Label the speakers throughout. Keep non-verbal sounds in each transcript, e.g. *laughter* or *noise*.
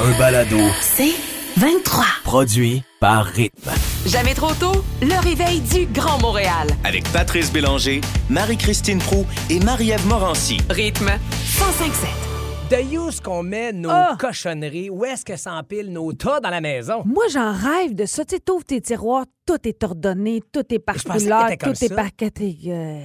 Speaker 1: Un balado
Speaker 2: C'est 23.
Speaker 1: produit par Rythme.
Speaker 2: Jamais trop tôt, le réveil du Grand Montréal.
Speaker 3: avec Patrice Bélanger, Marie-Christine Prou et Marie-Ève Morancy.
Speaker 2: Rythme 105.7.
Speaker 4: De où est-ce qu'on met nos
Speaker 5: Ah!
Speaker 4: cochonneries? Où est-ce que s'empilent nos tas dans la maison?
Speaker 5: Moi, j'en rêve de ça. Tu sais, t'ouvres tes tiroirs, tout est ordonné, tout est par
Speaker 4: Je pensais que
Speaker 5: couleur,
Speaker 4: t'étais comme
Speaker 5: tout est
Speaker 4: ça.
Speaker 5: par catégorie.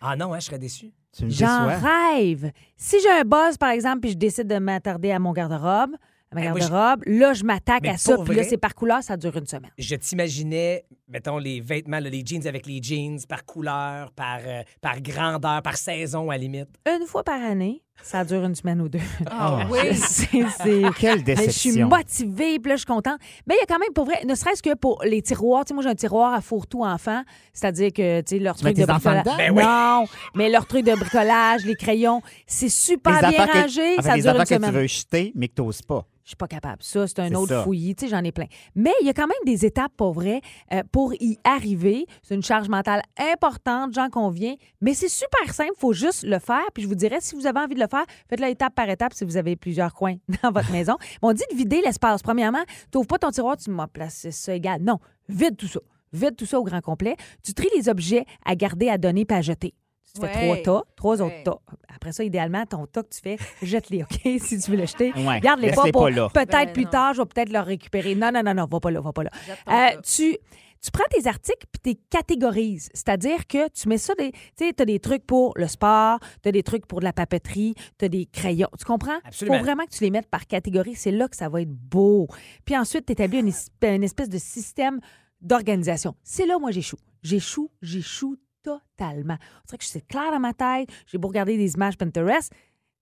Speaker 4: Ah non, hein, je serais déçu.
Speaker 6: Tu me
Speaker 5: J'en
Speaker 6: déçois.
Speaker 5: rêve. Si j'ai un buzz, par exemple, puis je décide de m'attarder à mon garde-robe, à ma
Speaker 4: Eh, moi,
Speaker 5: garde-robe, là, je m'attaque
Speaker 4: Mais
Speaker 5: à ça,
Speaker 4: pour
Speaker 5: puis là,
Speaker 4: vrai?
Speaker 5: c'est par couleur, ça dure une semaine.
Speaker 4: Je t'imaginais, mettons, les vêtements, là, les jeans avec les jeans, par couleur, par, euh, par grandeur, par saison à la limite.
Speaker 5: Une fois par année, ça dure une semaine ou deux.
Speaker 6: Ah,
Speaker 5: Je sais, *laughs*
Speaker 2: *laughs*
Speaker 5: c'est-
Speaker 6: Quelle
Speaker 5: Mais ben, je suis
Speaker 6: déception.
Speaker 5: motivée, puis là, je suis contente. Mais il y a quand même, pour vrai, ne serait-ce que pour les tiroirs, tu sais, moi, j'ai un tiroir à fourre-tout enfant, c'est-à-dire que, tu sais, leur
Speaker 6: mets
Speaker 5: truc de
Speaker 6: tes enfants
Speaker 5: bricolage.
Speaker 6: dedans?
Speaker 4: Ben oui.
Speaker 5: Non, mais leur truc de bricolage, les crayons, c'est
Speaker 6: Les
Speaker 5: super bien
Speaker 6: affaires que-
Speaker 5: rangé,
Speaker 6: enfin,
Speaker 5: ça
Speaker 6: les
Speaker 5: dure une
Speaker 6: affaires que tu
Speaker 5: semaine.
Speaker 6: veux jeter, mais que t'oses pas.
Speaker 5: Je suis pas capable. Ça, c'est un
Speaker 6: C'est
Speaker 5: autre
Speaker 6: ça.
Speaker 5: fouillis, tu sais, j'en ai plein. Mais il y a quand même des étapes, pour vrai, euh, pour y arriver. C'est une charge mentale importante, j'en conviens, mais c'est super simple, faut juste le faire. Puis je vous dirais, si vous avez envie de le faire, faites-le étape par étape si vous avez plusieurs coins *laughs* dans votre maison. Mais on dit de vider l'espace. Premièrement, tu pas ton tiroir, tu m'as placé ça égal. Non, vide tout ça. Vide tout ça au grand complet. Tu tries les objets à garder, à donner, pas à jeter. Tu fais
Speaker 2: Ouais.
Speaker 5: trois tas, trois
Speaker 2: Ouais.
Speaker 5: autres tas. Après ça, idéalement, ton tas que tu fais, jette-les, OK, *laughs* si tu veux le jeter.
Speaker 6: Ouais,
Speaker 5: Garde-les pas
Speaker 6: Hein, laisse-les
Speaker 5: pour
Speaker 6: pas là.
Speaker 5: peut-être
Speaker 2: Ben
Speaker 5: plus
Speaker 2: non.
Speaker 5: tard, je vais peut-être le récupérer. Non, non, non, non, va pas là, va pas là.
Speaker 2: J'attends
Speaker 5: Euh,
Speaker 2: ça.
Speaker 5: tu, tu prends tes articles puis tu catégorises. C'est-à-dire que tu mets ça, des- tu sais, tu as des trucs pour le sport, tu as des trucs pour de la papeterie, tu as des crayons. Tu comprends?
Speaker 4: Absolument.
Speaker 5: faut vraiment que tu les mettes par catégorie. C'est là que ça va être beau. Puis ensuite, tu établis une, es- une espèce de système d'organisation. C'est là, moi, j'échoue. J'échoue, j'échoue totalement. On dirait que je suis claire dans ma tête. J'ai beau regarder des images Pinterest.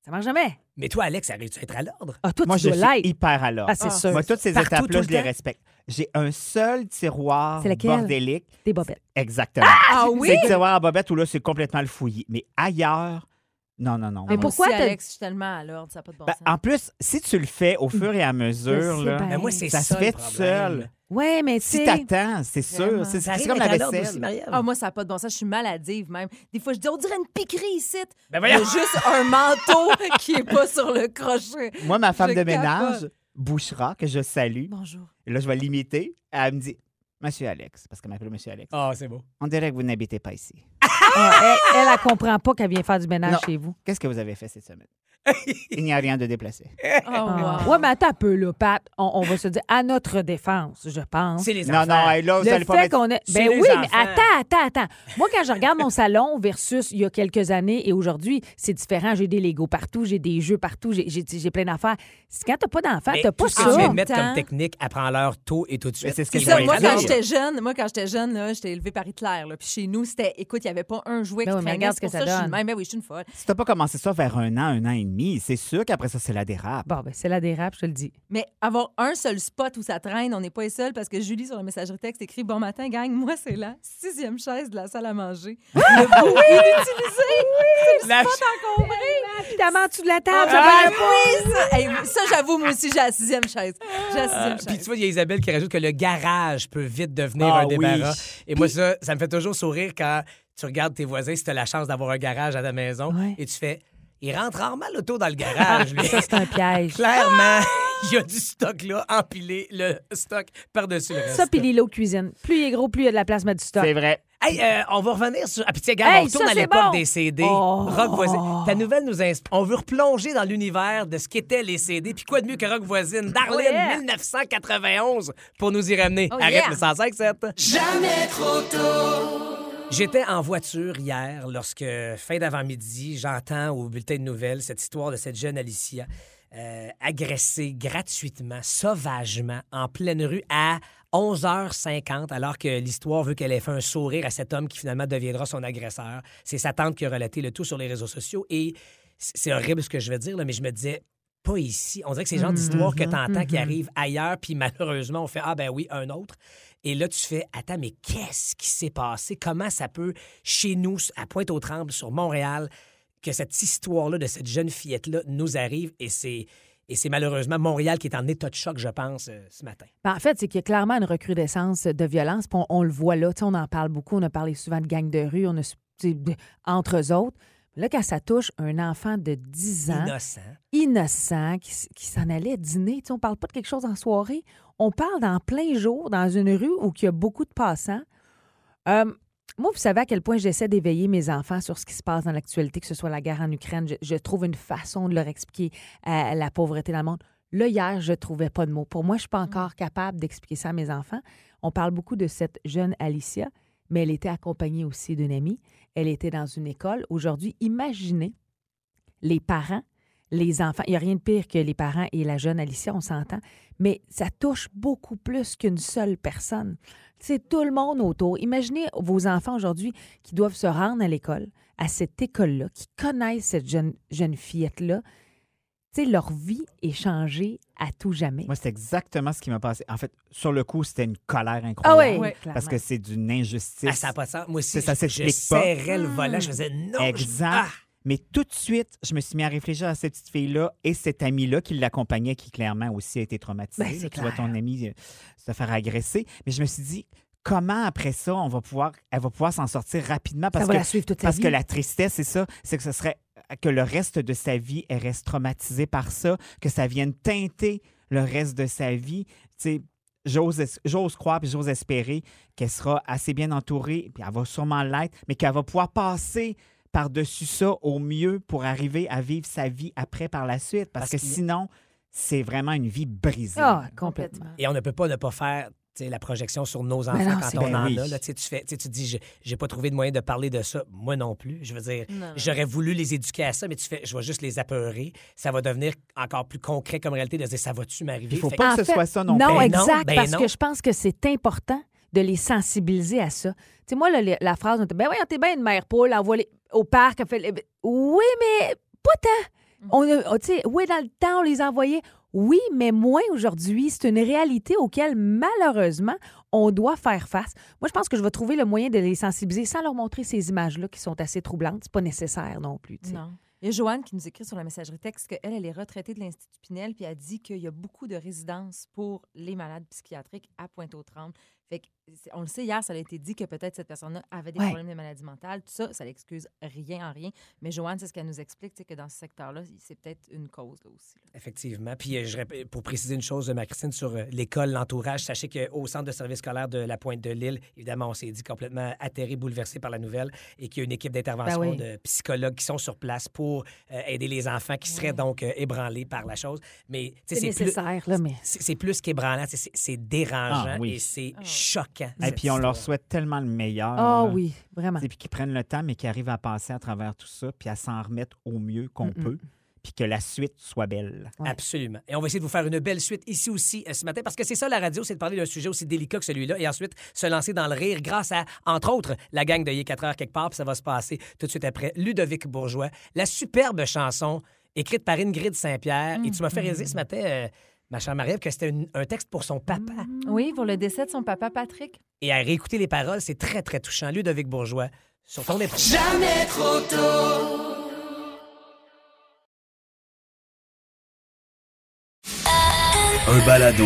Speaker 5: Ça marche jamais.
Speaker 4: Mais toi, Alex, arrives-tu à être à l'ordre?
Speaker 5: Ah, toi,
Speaker 6: Moi,
Speaker 5: tu
Speaker 6: je
Speaker 5: dois
Speaker 6: suis
Speaker 5: l'être.
Speaker 6: hyper à l'ordre.
Speaker 5: Ah, c'est sûr.
Speaker 6: Moi, toutes ces
Speaker 4: Partout, tout
Speaker 6: étapes-là,
Speaker 4: le
Speaker 6: je les
Speaker 4: temps.
Speaker 6: respecte. J'ai un seul tiroir
Speaker 5: C'est lequel?
Speaker 6: bordélique.
Speaker 5: Des bobettes.
Speaker 6: Exactement.
Speaker 2: Ah oui?
Speaker 6: C'est le tiroir à bobette où là, c'est complètement le fouillis. Mais ailleurs, non, non, non.
Speaker 2: Mais
Speaker 6: non.
Speaker 2: pourquoi
Speaker 5: pourquoi t'as-
Speaker 2: Alex, je suis tellement à l'ordre, ça n'a pas de bon
Speaker 6: Ben,
Speaker 2: sens.
Speaker 6: en plus, si tu le fais au fur et à mesure,
Speaker 5: sais
Speaker 6: là,
Speaker 5: bien.
Speaker 4: Mais Ben, moi, c'est
Speaker 6: Ben, ça
Speaker 4: ça,
Speaker 6: se
Speaker 4: le
Speaker 6: fait tout
Speaker 4: problème.
Speaker 6: seul.
Speaker 5: Ouais, mais tu
Speaker 6: Si
Speaker 5: sais.
Speaker 6: t'attends, c'est sûr.
Speaker 2: Vraiment.
Speaker 6: C'est
Speaker 4: Ça
Speaker 6: c'est
Speaker 4: arrive
Speaker 6: comme la
Speaker 4: à être à l'ordre aussi,
Speaker 6: vaisselle.
Speaker 4: Marie-Ève.
Speaker 2: Ah, moi, ça n'a pas de bon sens. Je suis maladive, même. Des fois, je dis, on dirait une piquerie ici.
Speaker 4: Ben
Speaker 2: Il y a
Speaker 4: voyons!
Speaker 2: juste un manteau *laughs* qui n'est pas sur le crochet.
Speaker 6: Moi, ma femme
Speaker 2: Je
Speaker 6: de
Speaker 2: capote.
Speaker 6: ménage, Bouchera, que je salue,
Speaker 2: Bonjour.
Speaker 6: Et là, je vais l'imiter. Elle me dit Monsieur Alex, parce qu'elle m'appelle Monsieur Alex.
Speaker 4: Ah, c'est beau.
Speaker 6: On dirait que vous n'habitez pas ici.
Speaker 5: Ah, elle, elle, elle comprend pas qu'elle vient faire du ménage
Speaker 6: Non.
Speaker 5: chez vous.
Speaker 6: Qu'est-ce que vous avez fait
Speaker 5: *laughs*
Speaker 6: cette semaine Il n'y a rien de déplacé.
Speaker 2: Oh,
Speaker 5: Ah.
Speaker 2: wow.
Speaker 5: Ouais, mais attends un peu, là, Pat. On, on va se dire à notre défense, je pense.
Speaker 4: C'est les
Speaker 6: Non,
Speaker 4: enfants.
Speaker 6: non, hey, là, vous
Speaker 5: Le
Speaker 6: allez pas
Speaker 5: fait
Speaker 6: mettre.
Speaker 5: qu'on ait-
Speaker 4: C'est
Speaker 5: Ben
Speaker 4: les
Speaker 5: oui, mais
Speaker 4: enfants.
Speaker 5: attends, attends, attends. Moi, quand je regarde mon salon versus il y a quelques années et aujourd'hui, c'est différent. J'ai des Legos partout, j'ai des jeux partout, j'ai- j'ai j'ai plein d'affaires. C'est Quand t'as pas d'enfants,
Speaker 4: Mais
Speaker 5: t'as pas
Speaker 4: tout ce que tu viens
Speaker 5: ça.
Speaker 4: de mettre
Speaker 2: Attends.
Speaker 6: Hein?
Speaker 4: comme technique, apprends-leur tôt et tout de suite.
Speaker 6: Mais c'est ce
Speaker 2: C'est
Speaker 6: Ils
Speaker 2: ça,
Speaker 6: vont
Speaker 2: moi,
Speaker 6: les
Speaker 2: quand
Speaker 6: adores.
Speaker 2: j'étais jeune, moi, quand j'étais jeune, là, j'étais élevée par Hitler. Là. Puis chez nous, c'était, écoute, il n'y avait pas un jouet
Speaker 5: Ben
Speaker 2: qui
Speaker 5: oui, mais
Speaker 2: traînait.
Speaker 5: regarde
Speaker 2: C'est
Speaker 5: ce que
Speaker 2: pour
Speaker 5: ça
Speaker 2: ça, je suis
Speaker 5: donne.
Speaker 2: de même. Ben oui, je suis une folle.
Speaker 6: Si t'as pas commencé ça vers un an, un an et demi, c'est sûr qu'après ça, c'est la dérape.
Speaker 5: Bon, ben c'est la dérape, je te le dis.
Speaker 2: Mais avoir un seul spot où ça traîne, on n'est pas les seuls parce que Julie, sur la messagerie texte, écrit Bon matin, gang, moi, c'est la sixième chaise de la salle à manger. Le bout inutilisé.
Speaker 4: La-
Speaker 2: Oui, spot encombré.
Speaker 5: Évidemment, tu de la table,
Speaker 2: Ah, oui, ça, Hey, ça, j'avoue, moi aussi, j'ai la sixième chaise. J'ai la sixième
Speaker 4: Puis
Speaker 2: chaise.
Speaker 4: tu vois, il y a Isabelle qui rajoute que le garage peut vite devenir
Speaker 6: Ah
Speaker 4: un
Speaker 6: oui.
Speaker 4: débarras. Et moi, ça, ça me fait toujours sourire quand tu regardes tes voisins si tu as la chance d'avoir un garage à ta maison
Speaker 5: Ouais.
Speaker 4: et tu fais Il rentre rarement l'auto dans le garage, lui.
Speaker 5: *laughs* Ça, c'est un piège.
Speaker 4: Clairement, *laughs* il y a du stock là, empilé le stock par-dessus le reste.
Speaker 5: Ça, puis l'îlot de cuisine. Plus il est gros, plus il y a de la place, mettre du stock.
Speaker 6: C'est vrai.
Speaker 4: Hey, euh, on va revenir sur. Ah, puis tiens, regarde,
Speaker 5: Hey,
Speaker 4: on retourne
Speaker 5: ça,
Speaker 4: à
Speaker 5: c'est
Speaker 4: l'époque
Speaker 5: bon.
Speaker 4: des CD.
Speaker 5: Oh.
Speaker 4: Rock voisine. Ta nouvelle nous inspire. On veut replonger dans l'univers de ce qu'étaient les CD. Puis quoi de mieux que Rock voisine? Darlene,
Speaker 5: Oh, yeah.
Speaker 4: 1991, pour nous y ramener.
Speaker 2: Oh,
Speaker 4: Arrête
Speaker 2: yeah.
Speaker 4: le 105, Jamais trop tôt. J'étais en voiture hier lorsque, fin d'avant-midi, j'entends au bulletin de nouvelles cette histoire de cette jeune Alicia euh, agressée gratuitement, sauvagement, en pleine rue à 11h50, alors que l'histoire veut qu'elle ait fait un sourire à cet homme qui finalement deviendra son agresseur. C'est sa tante qui a relaté le tout sur les réseaux sociaux et c- c'est horrible ce que je vais dire, là, mais je me disais, pas ici. On dirait que c'est le genre d'histoire que tu entends qui arrive ailleurs, puis malheureusement, on fait Ah, ben oui, un autre. Et là, tu fais Attends, mais qu'est-ce qui s'est passé? Comment ça peut, chez nous, à Pointe-aux-Trembles, sur Montréal, que cette histoire-là de cette jeune fillette-là nous arrive? Et c'est. Et c'est malheureusement Montréal qui est en état de choc, je pense, euh, ce matin.
Speaker 5: Ben, en fait, c'est qu'il y a clairement une recrudescence de violence. puis On, on le voit là. Tu sais, On en parle beaucoup. On a parlé souvent de gangs de rue. On a, su- tu sais, de- entre eux autres. Là, quand ça touche un enfant de 10
Speaker 6: Hein?
Speaker 5: ans,
Speaker 4: Innocent.
Speaker 5: innocent qui, s- qui s'en allait dîner. Tu sais, on parle pas de quelque chose en soirée. On parle dans plein jour, dans une rue où il y a beaucoup de passants. Euh, moi, vous savez à quel point j'essaie d'éveiller mes enfants sur ce qui se passe dans l'actualité, que ce soit la guerre en Ukraine. Je, je trouve une façon de leur expliquer euh, la pauvreté dans le monde. Là, hier, je trouvais pas de mots. Pour moi, je suis pas encore capable d'expliquer ça à mes enfants. On parle beaucoup de cette jeune Alicia, mais elle était accompagnée aussi d'une amie. Elle était dans une école. Aujourd'hui, imaginez les parents, les enfants. Il n'y a rien de pire que les parents et la jeune Alicia, on s'entend, mais ça touche beaucoup plus qu'une seule personne. C'est tout le monde autour. Imaginez vos enfants aujourd'hui qui doivent se rendre à l'école, à cette école-là, qui connaissent cette jeune, jeune fillette-là. Tu sais, leur vie est changée à tout jamais.
Speaker 6: Moi, c'est exactement ce qui m'a passé. En fait, sur le coup, c'était une colère incroyable.
Speaker 5: ah oui,
Speaker 2: Ouais.
Speaker 5: clairement.
Speaker 6: Parce que c'est d'une injustice.
Speaker 4: Ah, ça n'a pas de sens. Moi aussi,
Speaker 6: C'est ça,
Speaker 4: je
Speaker 6: s'explique
Speaker 4: je
Speaker 6: pas.
Speaker 4: serrais le volant, je faisais non. je-
Speaker 6: Exact.
Speaker 4: Ah!
Speaker 6: Mais tout de suite, je me suis mis à réfléchir à cette petite fille-là et cette amie-là qui l'accompagnait, qui clairement aussi a été traumatisée.
Speaker 5: Ben, c'est
Speaker 6: Là, tu vois
Speaker 5: clair.
Speaker 6: ton amie euh, se faire agresser. Mais je me suis dit, comment après ça, on va pouvoir, elle va pouvoir s'en sortir rapidement
Speaker 5: ça
Speaker 6: parce
Speaker 5: va
Speaker 6: que
Speaker 5: la suivre toute sa
Speaker 6: parce
Speaker 5: vie.
Speaker 6: que la tristesse, c'est ça, c'est que ce serait que le reste de sa vie, elle reste traumatisée par ça, que ça vienne teinter le reste de sa vie. Tu sais, j'ose, es- j'ose croire puis j'ose espérer qu'elle sera assez bien entourée, puis elle va sûrement l'être, mais qu'elle va pouvoir passer par-dessus ça au mieux pour arriver à vivre sa vie après par la suite,
Speaker 4: Parce
Speaker 6: parce, que
Speaker 4: qu'il-
Speaker 6: sinon, c'est vraiment une vie brisée.
Speaker 5: Ah, complètement.
Speaker 4: Et on ne peut pas ne pas faire tu sais, la projection sur nos enfants
Speaker 5: Mais non, c'est
Speaker 4: quand on
Speaker 6: vrai.
Speaker 4: en
Speaker 6: Ben
Speaker 4: a.
Speaker 6: oui.
Speaker 4: là. tu sais, tu, fais, tu sais, tu dis, je- j'ai pas trouvé de moyen de parler de ça. Moi non plus. Je veux dire,
Speaker 2: Non, non.
Speaker 4: Ah. j'aurais voulu les éduquer à ça, mais tu fais, je vais juste les apeurer. Ça va devenir encore plus concret comme réalité de se dire, ça va-tu m'arriver?
Speaker 6: Il faut
Speaker 4: Fait que-
Speaker 6: pas
Speaker 5: En
Speaker 6: que ce
Speaker 5: fait,
Speaker 6: soit ça non,
Speaker 5: Non,
Speaker 6: plus.
Speaker 4: Ben non,
Speaker 5: exact,
Speaker 4: ben
Speaker 5: parce
Speaker 4: non.
Speaker 5: que je pense que c'est important de les sensibiliser à ça. Tu sais, moi, là, le- la phrase, on était, ben oui, on était bien une mère poule, envoie-les au parc. on fait les- Oui, mais pas
Speaker 4: Mm.
Speaker 5: tant. On, a- oh, tu sais, oui, dans le temps, on les envoyait. Oui, mais moins aujourd'hui. C'est une réalité auquel, malheureusement, on doit faire face. Moi, je pense que je vais trouver le moyen de les sensibiliser sans leur montrer ces images-là qui sont assez troublantes. C'est pas nécessaire non plus. tu sais.
Speaker 2: Non. Il y a Joanne qui nous écrit sur la messagerie texte qu'elle, elle est retraitée de l'Institut Pinel, puis elle dit qu'il y a beaucoup de résidences pour les malades psychiatriques à Pointe-aux-Trembles. Fait que, c'est- on le sait, hier, ça a été dit que peut-être cette personne-là avait des
Speaker 5: Ouais.
Speaker 2: problèmes de maladie mentale. Tout ça, ça l'excuse rien en rien. Mais Joanne, c'est ce qu'elle nous explique, c'est que dans ce secteur-là, c'est peut-être une cause là, aussi. là.
Speaker 4: Effectivement. Puis euh, je rép- pour préciser une chose, ma Christine, sur euh, l'école, l'entourage, sachez qu'au centre de service scolaire de la Pointe de l'Île, évidemment, on s'est dit complètement atterré, bouleversé par la nouvelle et qu'il y a une équipe d'intervention
Speaker 5: Ben oui.
Speaker 4: de psychologues qui sont sur place pour euh, aider les enfants qui seraient donc euh, ébranlés par la chose. Mais tu sais,
Speaker 5: C'est
Speaker 4: plus-
Speaker 5: nécessaire, là, mais.
Speaker 4: c'est c'est plus qu'ébranlant, c'est- c'est c'est dérangeant
Speaker 6: Ah oui.
Speaker 4: et c'est
Speaker 2: Ah.
Speaker 4: choquant.
Speaker 6: Et
Speaker 4: cette
Speaker 6: puis on leur
Speaker 4: histoire.
Speaker 6: souhaite tellement le meilleur.
Speaker 5: Ah
Speaker 6: là.
Speaker 5: oui, vraiment.
Speaker 6: Et puis qui prennent le temps, mais qui arrivent à passer à travers tout ça, puis à s'en remettre au mieux qu'on
Speaker 5: Mm-mm.
Speaker 6: peut, puis que la suite soit belle.
Speaker 5: Ouais.
Speaker 4: Absolument. Et on va essayer de vous faire une belle suite ici aussi euh, ce matin, parce que c'est ça la radio, c'est de parler d'un sujet aussi délicat que celui-là et ensuite se lancer dans le rire grâce à, entre autres, la gang de Yé 4 heures quelque part. Puis ça va se passer tout de suite après Ludovic Bourgeois, la superbe chanson écrite par Ingrid Saint-Pierre. Et tu m'as fait réaliser ce matin, euh, ma chère Marie, que c'était une- un texte pour son papa.
Speaker 2: Oui, pour le décès de son papa Patrick.
Speaker 4: Et à réécouter les paroles, c'est très, très touchant. Ludovic Bourgeois, sur ton époque.
Speaker 1: Un balado.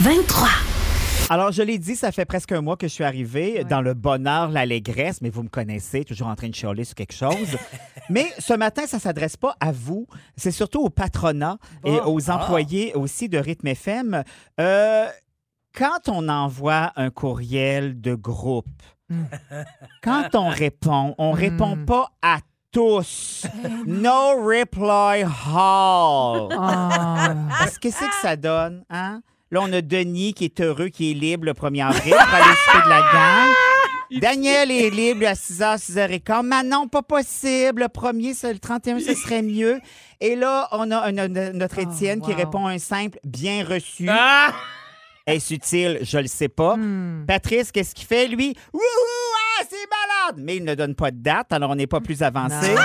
Speaker 7: 23.
Speaker 6: Alors, je l'ai dit, ça fait presque un mois que je suis arrivée dans le bonheur, l'allégresse, mais vous me connaissez, toujours en train de chialer sur quelque chose. mais ce matin, ça s'adresse pas à vous, c'est surtout au patronat et
Speaker 4: Bon.
Speaker 6: aux employés aussi de Rythme FM. Euh, quand on envoie un courriel de groupe, quand on répond, on répond pas à tous. No reply all.
Speaker 5: Ah.
Speaker 6: Parce que c'est que ça donne, hein? Là, on a Denis qui est heureux, qui est libre le 1er avril pour aller souper de la gang. Daniel est libre lui, à 6h, 6h15. Manon, pas possible. Le 1er, c'est le 31, ce serait mieux. Et là, on a un- un- notre
Speaker 5: Oh,
Speaker 6: Étienne qui
Speaker 5: wow.
Speaker 6: répond un simple bien reçu. *laughs* Est-ce utile? Je le sais pas.
Speaker 5: Hmm.
Speaker 6: Patrice, qu'est-ce qu'il fait, lui? Wouhou! Ah, c'est malade! Mais il ne donne pas de date, alors on n'est pas plus avancé.
Speaker 5: Non.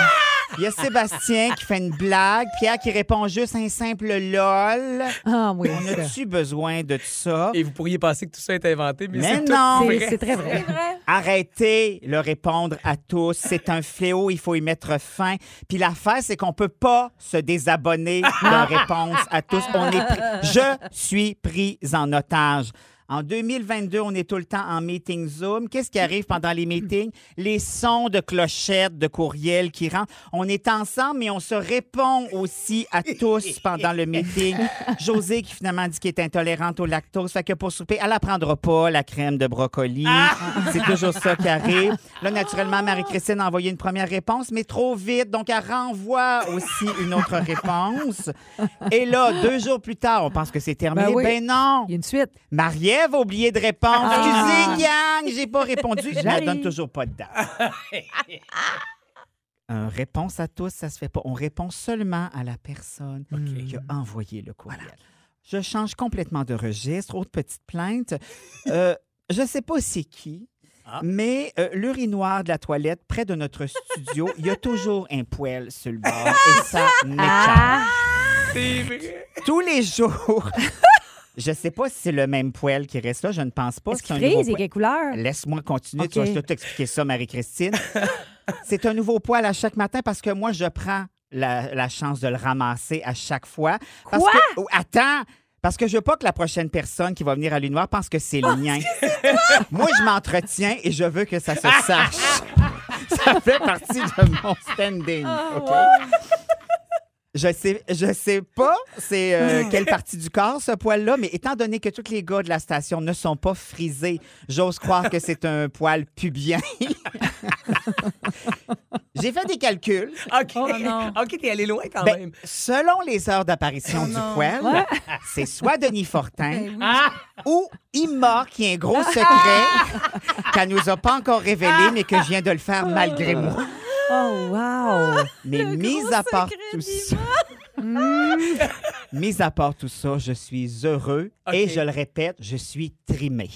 Speaker 6: Il y a Sébastien qui fait une blague, Pierre qui répond juste un simple lol.
Speaker 5: Ah oui,
Speaker 6: On
Speaker 5: ça.
Speaker 6: a-tu besoin de tout ça?
Speaker 4: *laughs* Et vous pourriez penser que tout ça est inventé,
Speaker 6: Mais non!
Speaker 5: C'est c'est très vrai.
Speaker 6: Arrêtez de répondre à tous. C'est un fléau, il faut y mettre fin. Puis l'affaire, c'est qu'on peut pas
Speaker 5: *laughs*
Speaker 6: se désabonner de la réponse à tous. On est pris- Je suis prise en otage. En 2022, on est tout le temps en meeting Zoom. Qu'est-ce qui arrive pendant les meetings? Les sons de clochettes, de courriels qui rentrent. On est ensemble, mais on se répond aussi à tous pendant le meeting. José, qui finalement dit qu'elle est intolérante au lactose, fait que pour souper, elle apprendra pas la crème de brocoli. C'est toujours ça qui arrive. Là, naturellement, Marie-Christine a envoyé une première réponse, mais trop vite. Donc, elle renvoie aussi une autre réponse. Et là, deux jours plus tard, on pense que c'est terminé. Ben,
Speaker 5: Ben oui.
Speaker 6: non.
Speaker 5: Il y a une suite.
Speaker 6: Marie-Ève a oublié de répondre.
Speaker 5: Ah.
Speaker 6: Excusez, gang, j'ai pas répondu. Je la
Speaker 5: J'arrive.
Speaker 6: donne toujours
Speaker 5: *laughs*
Speaker 6: pas dedans. Un réponse à tous, ça se fait pas. On répond seulement à la personne qui a envoyé le courriel. Je change complètement de registre. Autre petite plainte. Euh, je sais pas c'est qui,
Speaker 5: Ah.
Speaker 6: mais euh, l'urinoir de la toilette près de notre studio, il y a toujours un poêle sur le bord et ça m'écoeure.
Speaker 5: Ah!
Speaker 6: Tous les
Speaker 5: *laughs*
Speaker 6: jours. Je sais pas si c'est le même poêle qui reste là, je ne pense pas.
Speaker 5: Est-ce
Speaker 6: C'est
Speaker 5: qu'il
Speaker 6: un nouveau
Speaker 5: frise? Il y a quelle
Speaker 6: poêle.
Speaker 5: couleur?
Speaker 6: Laisse-moi continuer,
Speaker 5: OK.
Speaker 6: tu vas je vais t'expliquer ça, Marie-Christine. c'est un nouveau poêle à chaque matin parce que moi, je prends la, la chance de le ramasser à chaque fois. Parce
Speaker 5: Quoi?
Speaker 6: que- oh, attends! Parce que je veux pas que la prochaine personne qui va venir à l'UNOIR pense que c'est le mien. *laughs* Moi, je m'entretiens et je veux que ça se sache. ça fait partie de mon standing. OK? Je sais, je sais pas c'est euh, quelle partie du corps ce poil-là, mais étant donné que tous les gars de la station ne sont pas frisés, j'ose croire que c'est un poil pubien. *laughs* J'ai fait des calculs.
Speaker 4: *laughs* OK.
Speaker 2: Oh non.
Speaker 4: OK, t'es allé loin quand
Speaker 6: Ben,
Speaker 4: même.
Speaker 6: selon les heures d'apparition du poil, c'est soit Denis Fortin
Speaker 4: Ah!
Speaker 6: ou Ima, qui est un gros secret
Speaker 4: Ah!
Speaker 6: qu'elle nous a pas encore révélé, mais que je viens de le faire malgré moi.
Speaker 5: Oh,
Speaker 4: Ah!
Speaker 5: wow!
Speaker 6: Mais mis à part tout ça. Hmm. mis à part tout ça, je suis heureux et
Speaker 4: Ok.
Speaker 6: je le répète, je suis trimé.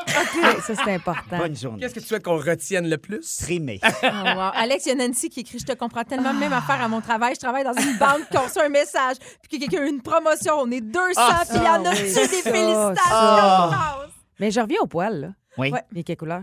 Speaker 5: OK, ça, c'est important.
Speaker 6: Bonne journée.
Speaker 4: Qu'est-ce que tu souhaites qu'on retienne le plus? *laughs*
Speaker 6: Trimé.
Speaker 2: Oh, wow. Alex, il y a Nancy qui écrit Je te comprends tellement, même
Speaker 5: Ah.
Speaker 2: affaire à mon travail. Je travaille dans une banque, qu'on reçoit un message, puis que quelqu'un a une promotion. On est 200, puis il y en
Speaker 5: ça,
Speaker 2: a
Speaker 5: oui.
Speaker 2: dessus des
Speaker 5: Ça,
Speaker 2: félicitations. Ah.
Speaker 6: ça.
Speaker 5: Mais je reviens au poil, là.
Speaker 6: Oui,
Speaker 2: Ouais.
Speaker 5: Il y a quelle couleur?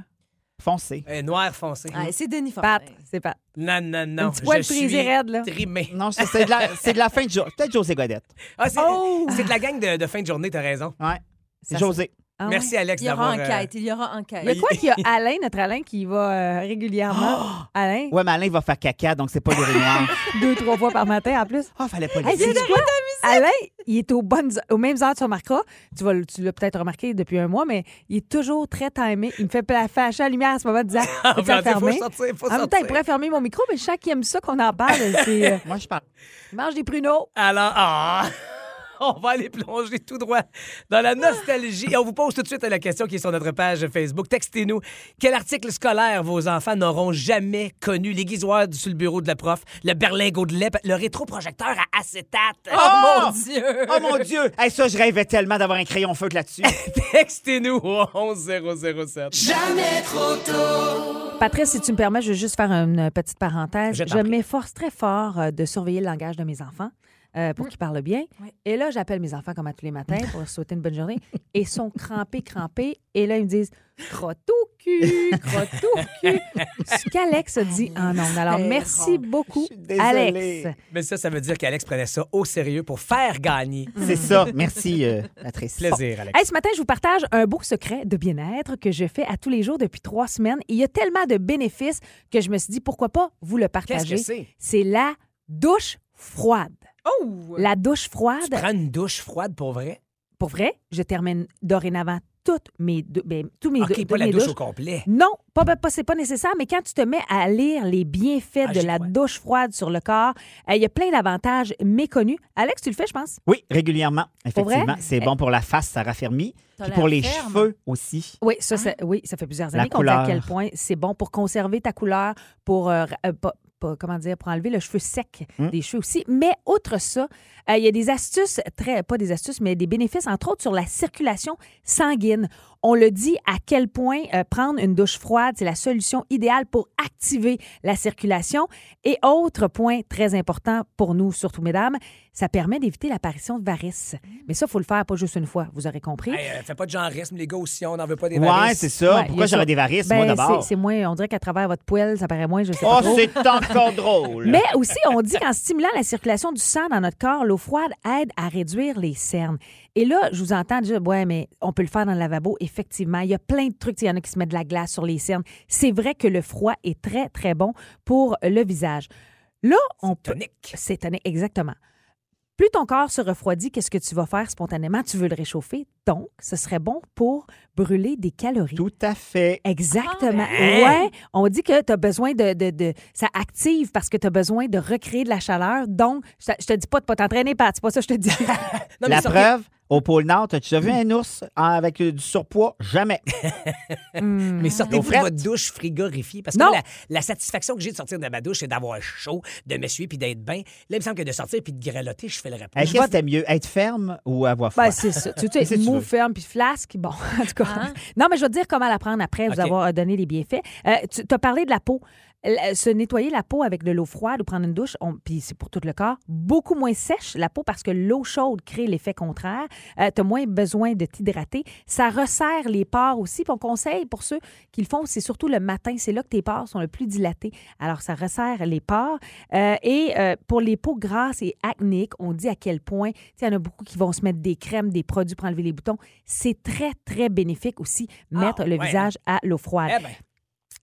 Speaker 6: foncé.
Speaker 4: Euh, noir foncé.
Speaker 2: Ah, c'est Denis Fortin.
Speaker 5: Pat, c'est Pat.
Speaker 4: Non, non, ben, non.
Speaker 5: Un petit poil
Speaker 4: je
Speaker 5: frisé
Speaker 4: suis
Speaker 5: raide, là.
Speaker 4: Trimé.
Speaker 6: Non, ça, c'est de, la- c'est de la fin de journée. Peut-être José Godette.
Speaker 4: Ah, c'est
Speaker 5: Oh!
Speaker 4: c'est de la gang de, de fin de journée, t'as raison.
Speaker 6: Ouais.
Speaker 5: Ça,
Speaker 6: José.
Speaker 5: Ah ouais?
Speaker 4: Merci, Alex,
Speaker 2: Il y aura
Speaker 4: d'avoir. euh, *laughs*
Speaker 2: enquête. Il y aura
Speaker 5: Il y a
Speaker 2: enquête.
Speaker 5: quoi qu'il y a Alain, notre Alain, qui y va euh,
Speaker 4: Oh!
Speaker 5: régulièrement? Alain,
Speaker 6: Ouais, mais Alain, il va faire caca, donc c'est pas l'urinoir.
Speaker 5: deux, trois fois par matin en plus.
Speaker 6: Ah, fallait pas le
Speaker 5: Hey,
Speaker 6: dire.
Speaker 5: sais-tu quoi? Alain, il est aux, bonnes, aux mêmes heures, tu remarqueras. Tu, vas, le- tu l'as peut-être remarqué depuis un mois, mais il est toujours très timé. Il me fait pla- flasher la lumière à ce moment, disant
Speaker 4: *laughs* Ah,
Speaker 5: Faut-tu la
Speaker 4: ben, faut
Speaker 5: fermer?
Speaker 4: sortir, faut
Speaker 5: En même temps, il
Speaker 4: sortir.
Speaker 5: pourrait fermer mon micro, mais je sens qu'il aime ça qu'on en parle. C'est, euh,
Speaker 6: Moi, je parle.
Speaker 5: il mange des pruneaux.
Speaker 4: Alors, ah, *laughs* on va aller plonger tout droit dans la nostalgie. Et on vous pose tout de suite la question qui est sur notre page Facebook. Textez-nous. Quel article scolaire vos enfants n'auront jamais connu? L'aiguisoire sur le bureau de la prof, le berlingot de lait, le rétroprojecteur à acétate. *laughs*
Speaker 2: Oh mon Dieu!
Speaker 6: Oh mon Dieu! Hey, ça, je rêvais tellement d'avoir un crayon
Speaker 5: *laughs*
Speaker 6: feutre là-dessus.
Speaker 4: Textez-nous au 11007.
Speaker 5: Patrice, si tu me permets, je veux juste faire une petite parenthèse.
Speaker 4: Je
Speaker 5: Je,
Speaker 4: t'en prie.
Speaker 5: m'efforce très fort euh, de surveiller le langage de mes enfants euh, pour qu'ils parlent bien.
Speaker 2: Oui.
Speaker 5: Et là, j'appelle mes enfants comme à tous les matins pour leur souhaiter une bonne
Speaker 2: *laughs*
Speaker 5: journée. Et ils sont crampés, crampés. Et là, ils me disent crotte au cul, crotte au
Speaker 2: *laughs*
Speaker 5: cul. Ce qu'Alex a dit en ondes. Alors,
Speaker 2: c'est
Speaker 5: merci
Speaker 2: drôle.
Speaker 5: beaucoup,
Speaker 6: suis désolée.
Speaker 5: Alex.
Speaker 4: Mais ça, ça veut dire qu'Alex prenait ça au sérieux pour faire gagner.
Speaker 6: c'est ça. Merci, euh, Patrice.
Speaker 4: Plaisir, Alex.
Speaker 5: Mm. Hey, ce matin, je vous partage un beau secret de bien-être que je fais à tous les jours depuis trois semaines. Il y a tellement de bénéfices que je me suis dit, pourquoi pas vous le
Speaker 4: Qu'est-ce
Speaker 5: partager?
Speaker 4: que c'est?
Speaker 5: c'est la douche froide.
Speaker 2: Oh!
Speaker 5: La douche
Speaker 4: Tu
Speaker 5: froide,
Speaker 4: prends une douche froide pour vrai?
Speaker 5: pour vrai, je termine dorénavant toutes mes, dou- ben, tous mes, dou-
Speaker 4: OK, pas
Speaker 5: toutes
Speaker 4: la
Speaker 5: mes
Speaker 4: douche
Speaker 5: douches.
Speaker 4: au complet.
Speaker 5: Non, pas, pas- pas- c'est pas nécessaire, mais quand tu te mets à lire les bienfaits
Speaker 4: Ah,
Speaker 5: de
Speaker 4: j'y
Speaker 5: la
Speaker 4: crois.
Speaker 5: douche froide sur le corps, euh, il y a plein d'avantages méconnus. Alex, tu le fais, je pense.
Speaker 6: Oui, régulièrement.
Speaker 5: Pour vrai? Eh.
Speaker 6: Effectivement. C'est bon pour la face, ça raffermit.
Speaker 2: T'as
Speaker 6: Puis
Speaker 2: l'air
Speaker 6: pour les
Speaker 2: ferme.
Speaker 6: cheveux aussi.
Speaker 5: Oui, ça, ça- oui, ça fait plusieurs
Speaker 6: Hein? La
Speaker 5: années qu'on dit à
Speaker 6: couleur.
Speaker 5: quel point c'est bon pour conserver ta couleur, pour euh, ra- euh, pas- pas- comment dire, pour enlever le cheveu sec
Speaker 6: Mm.
Speaker 5: des cheveux aussi. Mais outre ça, euh, il y a des astuces, très, pas des astuces, mais des bénéfices, entre autres sur la circulation sanguine. on le dit à quel point euh, prendre une douche froide, c'est la solution idéale pour activer la circulation. Et autre point très important pour nous, surtout mesdames, ça permet d'éviter l'apparition de varices.
Speaker 6: Mmh.
Speaker 5: Mais ça, il faut le faire pas juste une fois, vous aurez compris.
Speaker 4: Hey, euh, fais pas de genrisme, les gars, aussi, on n'en veut pas des
Speaker 6: Ouais,
Speaker 4: varices.
Speaker 6: c'est ça.
Speaker 5: Ouais, il y
Speaker 6: Pourquoi
Speaker 5: a
Speaker 6: j'aurais
Speaker 5: ça.
Speaker 6: des varices, moi,
Speaker 5: Ben,
Speaker 6: d'abord?
Speaker 5: c'est- C'est moins, on dirait qu'à travers votre poêle, ça paraît moins, je sais pas
Speaker 6: Oh,
Speaker 5: trop.
Speaker 6: c'est encore drôle.
Speaker 5: *laughs* Mais aussi, on dit qu'en stimulant la circulation du sang dans notre corps, l'eau froide aide à réduire les cernes. Et là, je vous entends dire, ouais, mais on peut le faire dans le lavabo. Effectivement, il y a plein de trucs. Il y en a qui se mettent de la glace sur les cernes. C'est vrai que le froid est très, très bon pour le visage. Là, on peut.
Speaker 4: Tonique.
Speaker 5: C'est tonique, exactement. Plus ton corps se refroidit, qu'est-ce que tu vas faire spontanément? Tu veux le réchauffer. Donc, ce serait bon pour brûler des calories.
Speaker 6: Tout à fait.
Speaker 5: Eh, Exactement.
Speaker 4: ben.
Speaker 5: Ouais. On dit que tu as besoin de, de, de- Ça active parce que tu as besoin de recréer de la chaleur. Donc, je te- je te dis pas de pas t'entraîner, Pat. C'est pas ça que je te dis.
Speaker 4: Non, mais
Speaker 6: La
Speaker 4: ça-
Speaker 6: preuve, au pôle Nord, as-tu déjà vu
Speaker 5: Mm.
Speaker 6: un ours euh, avec euh, du surpoids? Jamais.
Speaker 4: Mais sortez-vous de
Speaker 6: frette.
Speaker 4: votre douche frigorifiée. Parce que
Speaker 5: Mmh. Non.
Speaker 4: moi, la, la satisfaction que j'ai de sortir de ma douche, c'est d'avoir chaud, de m'essuyer puis d'être bien. Là, il me semble que de sortir puis de grelotter, je fais le rapport.
Speaker 6: Hey, Qu'est-ce que t'aimes mieux, être ferme ou avoir froid?
Speaker 5: Ben, c'est ça.
Speaker 6: *laughs*
Speaker 5: Tu sais,
Speaker 6: Qu'est-ce que tu
Speaker 5: mou,
Speaker 6: veux?
Speaker 5: ferme, puis flasque. Bon, *laughs* en tout cas. Non, mais je vais te dire comment la prendre après, vous
Speaker 4: OK.
Speaker 5: avoir donné les bienfaits. Euh, tu as parlé de la peau. L- euh, Se nettoyer la peau avec de l'eau froide ou prendre une douche, on- puis c'est pour tout le corps, beaucoup moins sèche la peau parce que l'eau chaude crée l'effet contraire. tu as moins besoin de t'hydrater. Ça resserre les pores aussi. Puis on conseille pour ceux qui le font, c'est surtout le matin. C'est là que tes pores sont le plus dilatés. Alors, ça resserre les pores. Euh, et euh, pour les peaux grasses et acnéiques, on dit à quel point, tu sais, il y en a beaucoup qui vont se mettre des crèmes, des produits pour enlever les boutons. C'est très, très bénéfique aussi, mettre le
Speaker 4: ouais,
Speaker 5: visage à l'eau froide.
Speaker 4: Eh ben,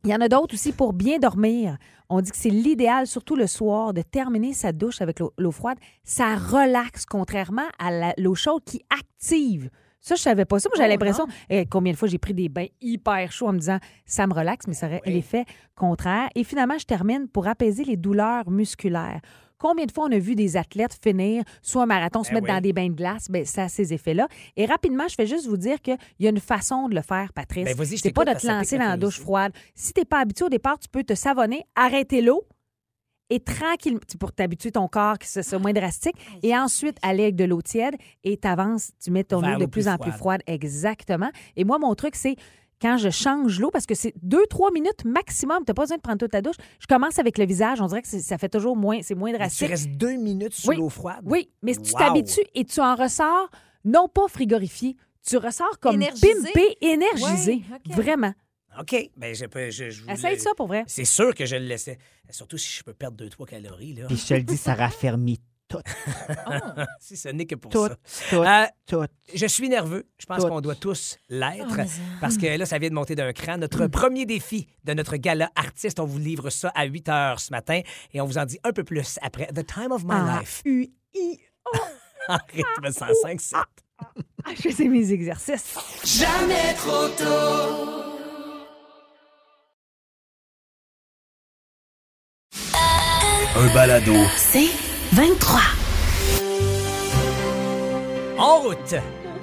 Speaker 5: Il y en a d'autres aussi pour bien dormir. On dit que c'est l'idéal, surtout le soir, de terminer sa douche avec l'eau l'eau froide. Ça relaxe, contrairement à la- l'eau chaude qui active. Ça, je savais pas ça. Moi,
Speaker 2: Oh,
Speaker 5: j'avais l'impression, eh, combien de fois j'ai pris des bains hyper chauds en me disant ça me relaxe, mais ça aurait l'effet contraire. Et finalement, je termine pour apaiser les douleurs musculaires. Combien de fois on a vu des athlètes finir soit un marathon, se
Speaker 4: Ben
Speaker 5: mettre
Speaker 4: oui.
Speaker 5: dans des bains de glace? Ben, ça a ces effets-là. Et rapidement, je vais juste vous dire qu'il y a une façon de le faire, Patrice.
Speaker 4: Ben, vas-y, je
Speaker 5: c'est pas de te
Speaker 4: t'écoute, parce que ça
Speaker 5: lancer
Speaker 4: pique
Speaker 5: dans
Speaker 4: la
Speaker 5: la douche
Speaker 4: curiosité.
Speaker 5: froide. Si t'es pas habitué au départ, tu peux te savonner, arrêter l'eau et tranquillement, tu- pour t'habituer ton corps, que ce soit moins drastique, et ensuite aller avec de l'eau tiède et t'avances, tu mets ton
Speaker 4: Vers
Speaker 5: eau de
Speaker 4: l'eau
Speaker 5: plus
Speaker 4: plus
Speaker 5: en plus froide. Exactement. Et moi, mon truc, c'est quand je change l'eau, parce que c'est deux, trois minutes maximum, t'as pas besoin de prendre toute ta douche, je commence avec le visage, on dirait que c'est- ça fait toujours moins, c'est moins
Speaker 4: tu
Speaker 5: drastique.
Speaker 4: restes deux minutes sous
Speaker 5: Oui.
Speaker 4: l'eau froide.
Speaker 5: Oui, mais tu
Speaker 4: Wow.
Speaker 5: t'habitues et tu en ressors non pas frigorifié, tu ressors comme
Speaker 2: Énergisé.
Speaker 5: pimpé, énergisé.
Speaker 2: Ouais, OK.
Speaker 5: Vraiment.
Speaker 4: OK. Ben, je peux. Je, je vous
Speaker 5: Essaye
Speaker 4: le-
Speaker 5: ça pour vrai.
Speaker 4: C'est sûr que je le laissais. Surtout si je peux perdre deux, trois calories, là.
Speaker 6: Puis je te le dis,
Speaker 5: *laughs*
Speaker 6: ça raffermit tout,
Speaker 4: si ce n'est que pour
Speaker 6: tout,
Speaker 4: ça.
Speaker 6: tout,
Speaker 5: Ah.
Speaker 4: Euh,
Speaker 6: tout.
Speaker 4: Je suis nerveux. Je pense
Speaker 6: Toutes.
Speaker 4: qu'on doit tous
Speaker 2: Oh,
Speaker 5: Ah,
Speaker 4: l'être.
Speaker 2: mais ça-
Speaker 4: parce que là, ça vient de monter d'un cran.
Speaker 5: Mm.
Speaker 4: Notre premier défi de notre gala artiste, on vous livre ça à 8 h ce matin et on vous en dit un peu plus après The Time of My
Speaker 5: Ah.
Speaker 4: Life.
Speaker 5: U, I,
Speaker 4: *laughs* En rythme 105,
Speaker 5: Ah, je sais mes exercices.
Speaker 1: Un balado.
Speaker 7: C'est 23.
Speaker 4: En route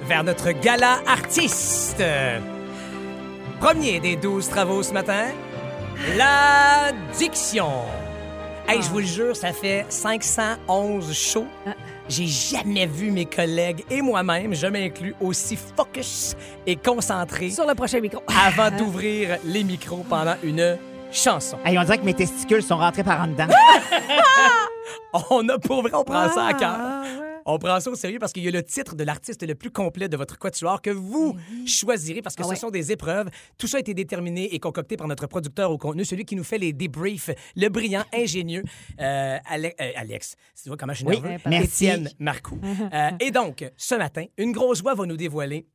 Speaker 4: vers notre gala artiste. Premier des 12 travaux ce matin, la diction. Hey, je vous le jure, ça fait 511 shows. J'ai jamais vu mes collègues et moi-même, je m'inclus, aussi focus et concentré
Speaker 5: Sur le prochain micro.
Speaker 4: avant d'ouvrir les micros pendant une chanson.
Speaker 6: Hey, on dirait que mes testicules sont rentrés par en dedans.
Speaker 5: Ah!
Speaker 4: *laughs* On a pour vrai, on prend ça à cœur. On prend ça au sérieux parce qu'il y a le titre de l'artiste le plus complet de votre quatuor que vous choisirez
Speaker 6: Ah
Speaker 4: parce que ce sont des épreuves. Tout ça a été déterminé et concocté par notre producteur au contenu, celui qui nous fait les débriefs, le
Speaker 6: *laughs*
Speaker 4: brillant ingénieux euh, Ale- euh, Alex. Tu vois comment je suis
Speaker 6: Oui,
Speaker 4: nerveux?
Speaker 6: merci.
Speaker 4: Étienne Marcoux.
Speaker 6: *laughs*
Speaker 4: Euh, et donc, ce matin, une grosse voix va nous dévoiler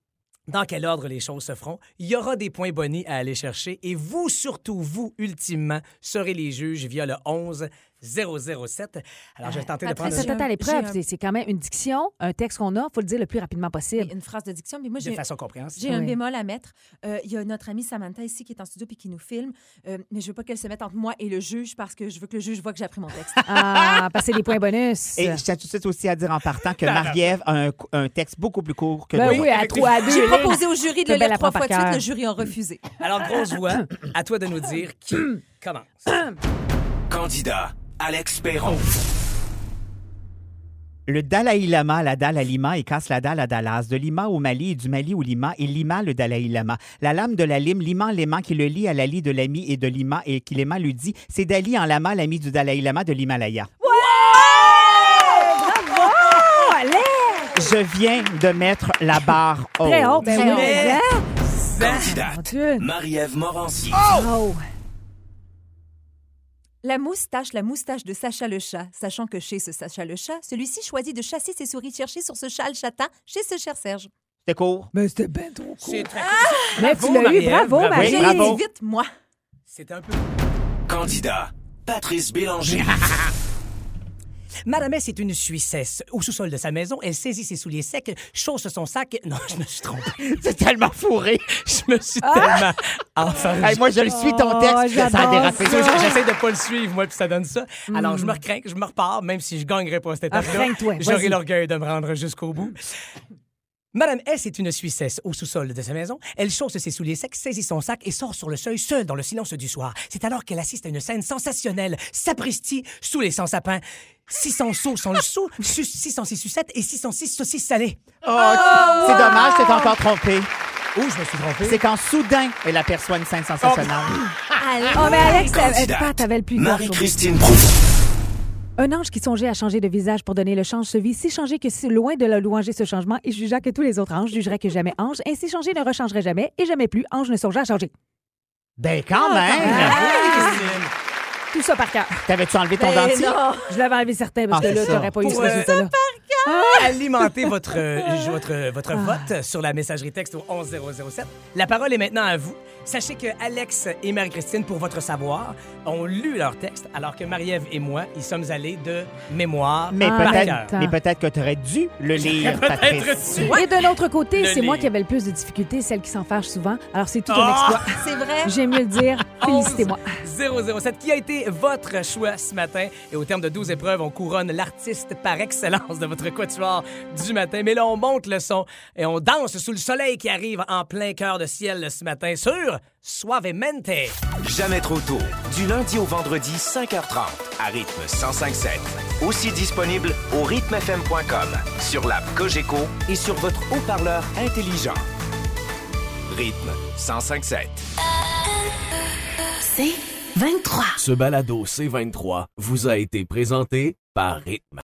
Speaker 4: dans quel ordre les choses se feront. Il y aura des points bonus à aller chercher et vous, surtout vous, ultimement, serez les juges via le 11 007. Alors, je vais tenter de prendre
Speaker 2: Patrice,
Speaker 5: Ça
Speaker 4: une-
Speaker 2: J'ai
Speaker 5: t'attend à
Speaker 2: un-
Speaker 5: l'épreuve.
Speaker 2: j'ai un-
Speaker 5: C'est- C'est quand même une diction, un texte qu'on a. faut le dire le plus rapidement possible.
Speaker 2: Une phrase de diction, mais moi,
Speaker 4: de
Speaker 2: j'ai
Speaker 4: façon compréhensible.
Speaker 2: J'ai un
Speaker 5: Oui.
Speaker 2: bémol à mettre. Euh, Il y a notre amie Samantha ici qui est en studio puis qui nous filme, Euh, mais je veux pas qu'elle se mette entre moi et le juge parce que je veux que le juge voit que j'ai appris mon texte.
Speaker 5: Ah, passer des points bonus. Ben
Speaker 6: Et je tiens tout de suite aussi à dire en
Speaker 5: *laughs*
Speaker 6: partant que Marie-Ève a un, un texte beaucoup plus court que
Speaker 5: ben
Speaker 6: nous.
Speaker 5: oui, à trois, à deux.
Speaker 2: j'ai
Speaker 5: lignes.
Speaker 2: proposé au jury de
Speaker 5: T'as
Speaker 2: le
Speaker 5: bien
Speaker 2: lire trois
Speaker 5: appris
Speaker 2: fois de
Speaker 5: par
Speaker 2: suite,
Speaker 5: cœur.
Speaker 2: le jury a refusé.
Speaker 4: Alors, grosse voix, à toi de nous dire qui commence.
Speaker 5: Oh,
Speaker 3: Candidat Alex Perron.
Speaker 6: Le Dalai Lama, la dalle à Lima et casse la dalle à Dallas. De Lima au Mali et du Mali au Lima et Lima le Dalai Lama. La lame de la lime, Lima l'aimant qui le lie à la lie de l'ami et de Lima et qui l'aimant lui dit c'est Dali en lama l'ami du Dalai Lama de l'Himalaya.
Speaker 5: Bravo! Allez!
Speaker 6: Je viens de mettre la barre haute.
Speaker 5: Très haut, ben
Speaker 2: Très
Speaker 5: oui,
Speaker 2: haut.
Speaker 5: regarde. ben, Mon
Speaker 3: Candidate,
Speaker 5: Dieu.
Speaker 3: Marie-Ève Morancy.
Speaker 5: Oh!
Speaker 2: La moustache, la moustache de Sacha le chat. Sachant que chez ce Sacha le chat, celui-ci choisit de chasser ses souris cherchées sur ce châle châtain chez ce cher Serge.
Speaker 6: C'était court. *laughs*
Speaker 5: Mais c'était bien trop cool.
Speaker 4: C'est très
Speaker 5: Mais tu
Speaker 4: Bravo,
Speaker 5: l'as eu,
Speaker 4: Marie-Ève,
Speaker 5: bravo,
Speaker 4: bravo.
Speaker 5: Marie.
Speaker 2: J'ai
Speaker 6: bravo.
Speaker 2: été vite, moi.
Speaker 4: C'était un peu.
Speaker 3: Candidat, Patrice Bélanger.
Speaker 5: euh,
Speaker 4: Madame S est une Suissesse. Au sous-sol de sa maison, elle saisit ses souliers secs, chausse son sac. Non, je me suis trompée.
Speaker 6: C'est tellement fourré.
Speaker 4: Je me suis tellement enfargée.
Speaker 6: Hey, moi, je le suis, ton
Speaker 5: Oh,
Speaker 6: texte. ça a
Speaker 5: j'adore
Speaker 6: dérapé.
Speaker 5: ça.
Speaker 4: Toujours, J'essaie de pas le suivre, moi, puis ça donne ça. Alors, je me recrinque, je me repars, même si je gagnerai pas cette étape-là.
Speaker 5: recrinque-toi, vas-y.
Speaker 4: J'aurai l'orgueil de me rendre jusqu'au bout. Madame S est une Suissesse au sous-sol de sa maison. Elle chausse ses souliers secs, saisit son sac et sort sur le seuil seule dans le silence du soir. C'est alors qu'elle assiste à une scène sensationnelle. Sapristi, sous les 100 sapins. 600 sauts sans le sou, su- 606 sucettes et 606 saucisses salées.
Speaker 6: Oh, c'est dommage, t'es encore trompé.
Speaker 4: Oh, je me suis trompé.
Speaker 6: C'est quand soudain, elle aperçoit une scène sensationnelle.
Speaker 5: Oh, mais Alex, t'avais-
Speaker 3: Candidate,
Speaker 5: Pat, t'avais le plus gros surprise.
Speaker 3: Marie-Christine Prou.
Speaker 5: Un ange qui songeait à changer de visage pour donner le change se vit si changé que si loin de le louanger ce changement, il jugea que tous les autres anges jugeraient que jamais ange, ainsi changé ne rechangerait jamais et jamais plus ange ne songea à changer.
Speaker 6: Ben, quand même.
Speaker 5: Tout ça par cœur.
Speaker 6: T'avais-tu enlevé ton
Speaker 2: Ben
Speaker 6: dentier?
Speaker 2: non.
Speaker 5: Je l'avais enlevé certain parce
Speaker 6: Ah,
Speaker 5: que
Speaker 6: c'est
Speaker 5: là,
Speaker 6: ça.
Speaker 5: t'aurais pas eu
Speaker 4: Pour,
Speaker 5: ce
Speaker 4: euh,
Speaker 5: résultat-là.
Speaker 4: Alimentez votre, euh, ju- votre, votre
Speaker 6: Ah.
Speaker 4: vote sur la messagerie texte au 11007. La parole est maintenant à vous. Sachez que Alex et Marie-Christine, pour votre savoir, ont lu leur texte, alors que Marie-Ève et moi, ils sommes allés de mémoire
Speaker 6: Mais
Speaker 5: Ah,
Speaker 6: peut-être
Speaker 5: attends.
Speaker 6: mais peut-être que t'aurais dû le lire, Patrice.
Speaker 4: Peut-être tu.
Speaker 5: Et de l'autre côté,
Speaker 4: Le
Speaker 5: c'est moi
Speaker 4: livre.
Speaker 5: qui avais le plus de difficultés, celle qui s'en fâche souvent. Alors, c'est tout un
Speaker 4: Ah!
Speaker 5: exploit.
Speaker 2: C'est vrai.
Speaker 5: J'aime mieux le dire. Félicitez-moi.
Speaker 4: 007, qui a été votre choix ce matin. Et au terme de 12 épreuves, on couronne l'artiste par excellence de votre quatuor du matin. Mais là, on monte le son et on danse sous le soleil qui arrive en plein cœur de ciel ce matin sur Suavemente.
Speaker 3: Jamais trop tôt. Du lundi au vendredi, 5h30, à rythme 105.7. Aussi disponible au rythmefm.com, sur l'app Cogeco et sur votre haut-parleur intelligent. Rythme 105.7.
Speaker 7: C'est 23.
Speaker 1: Ce balado C23 vous a été présenté par Rythme.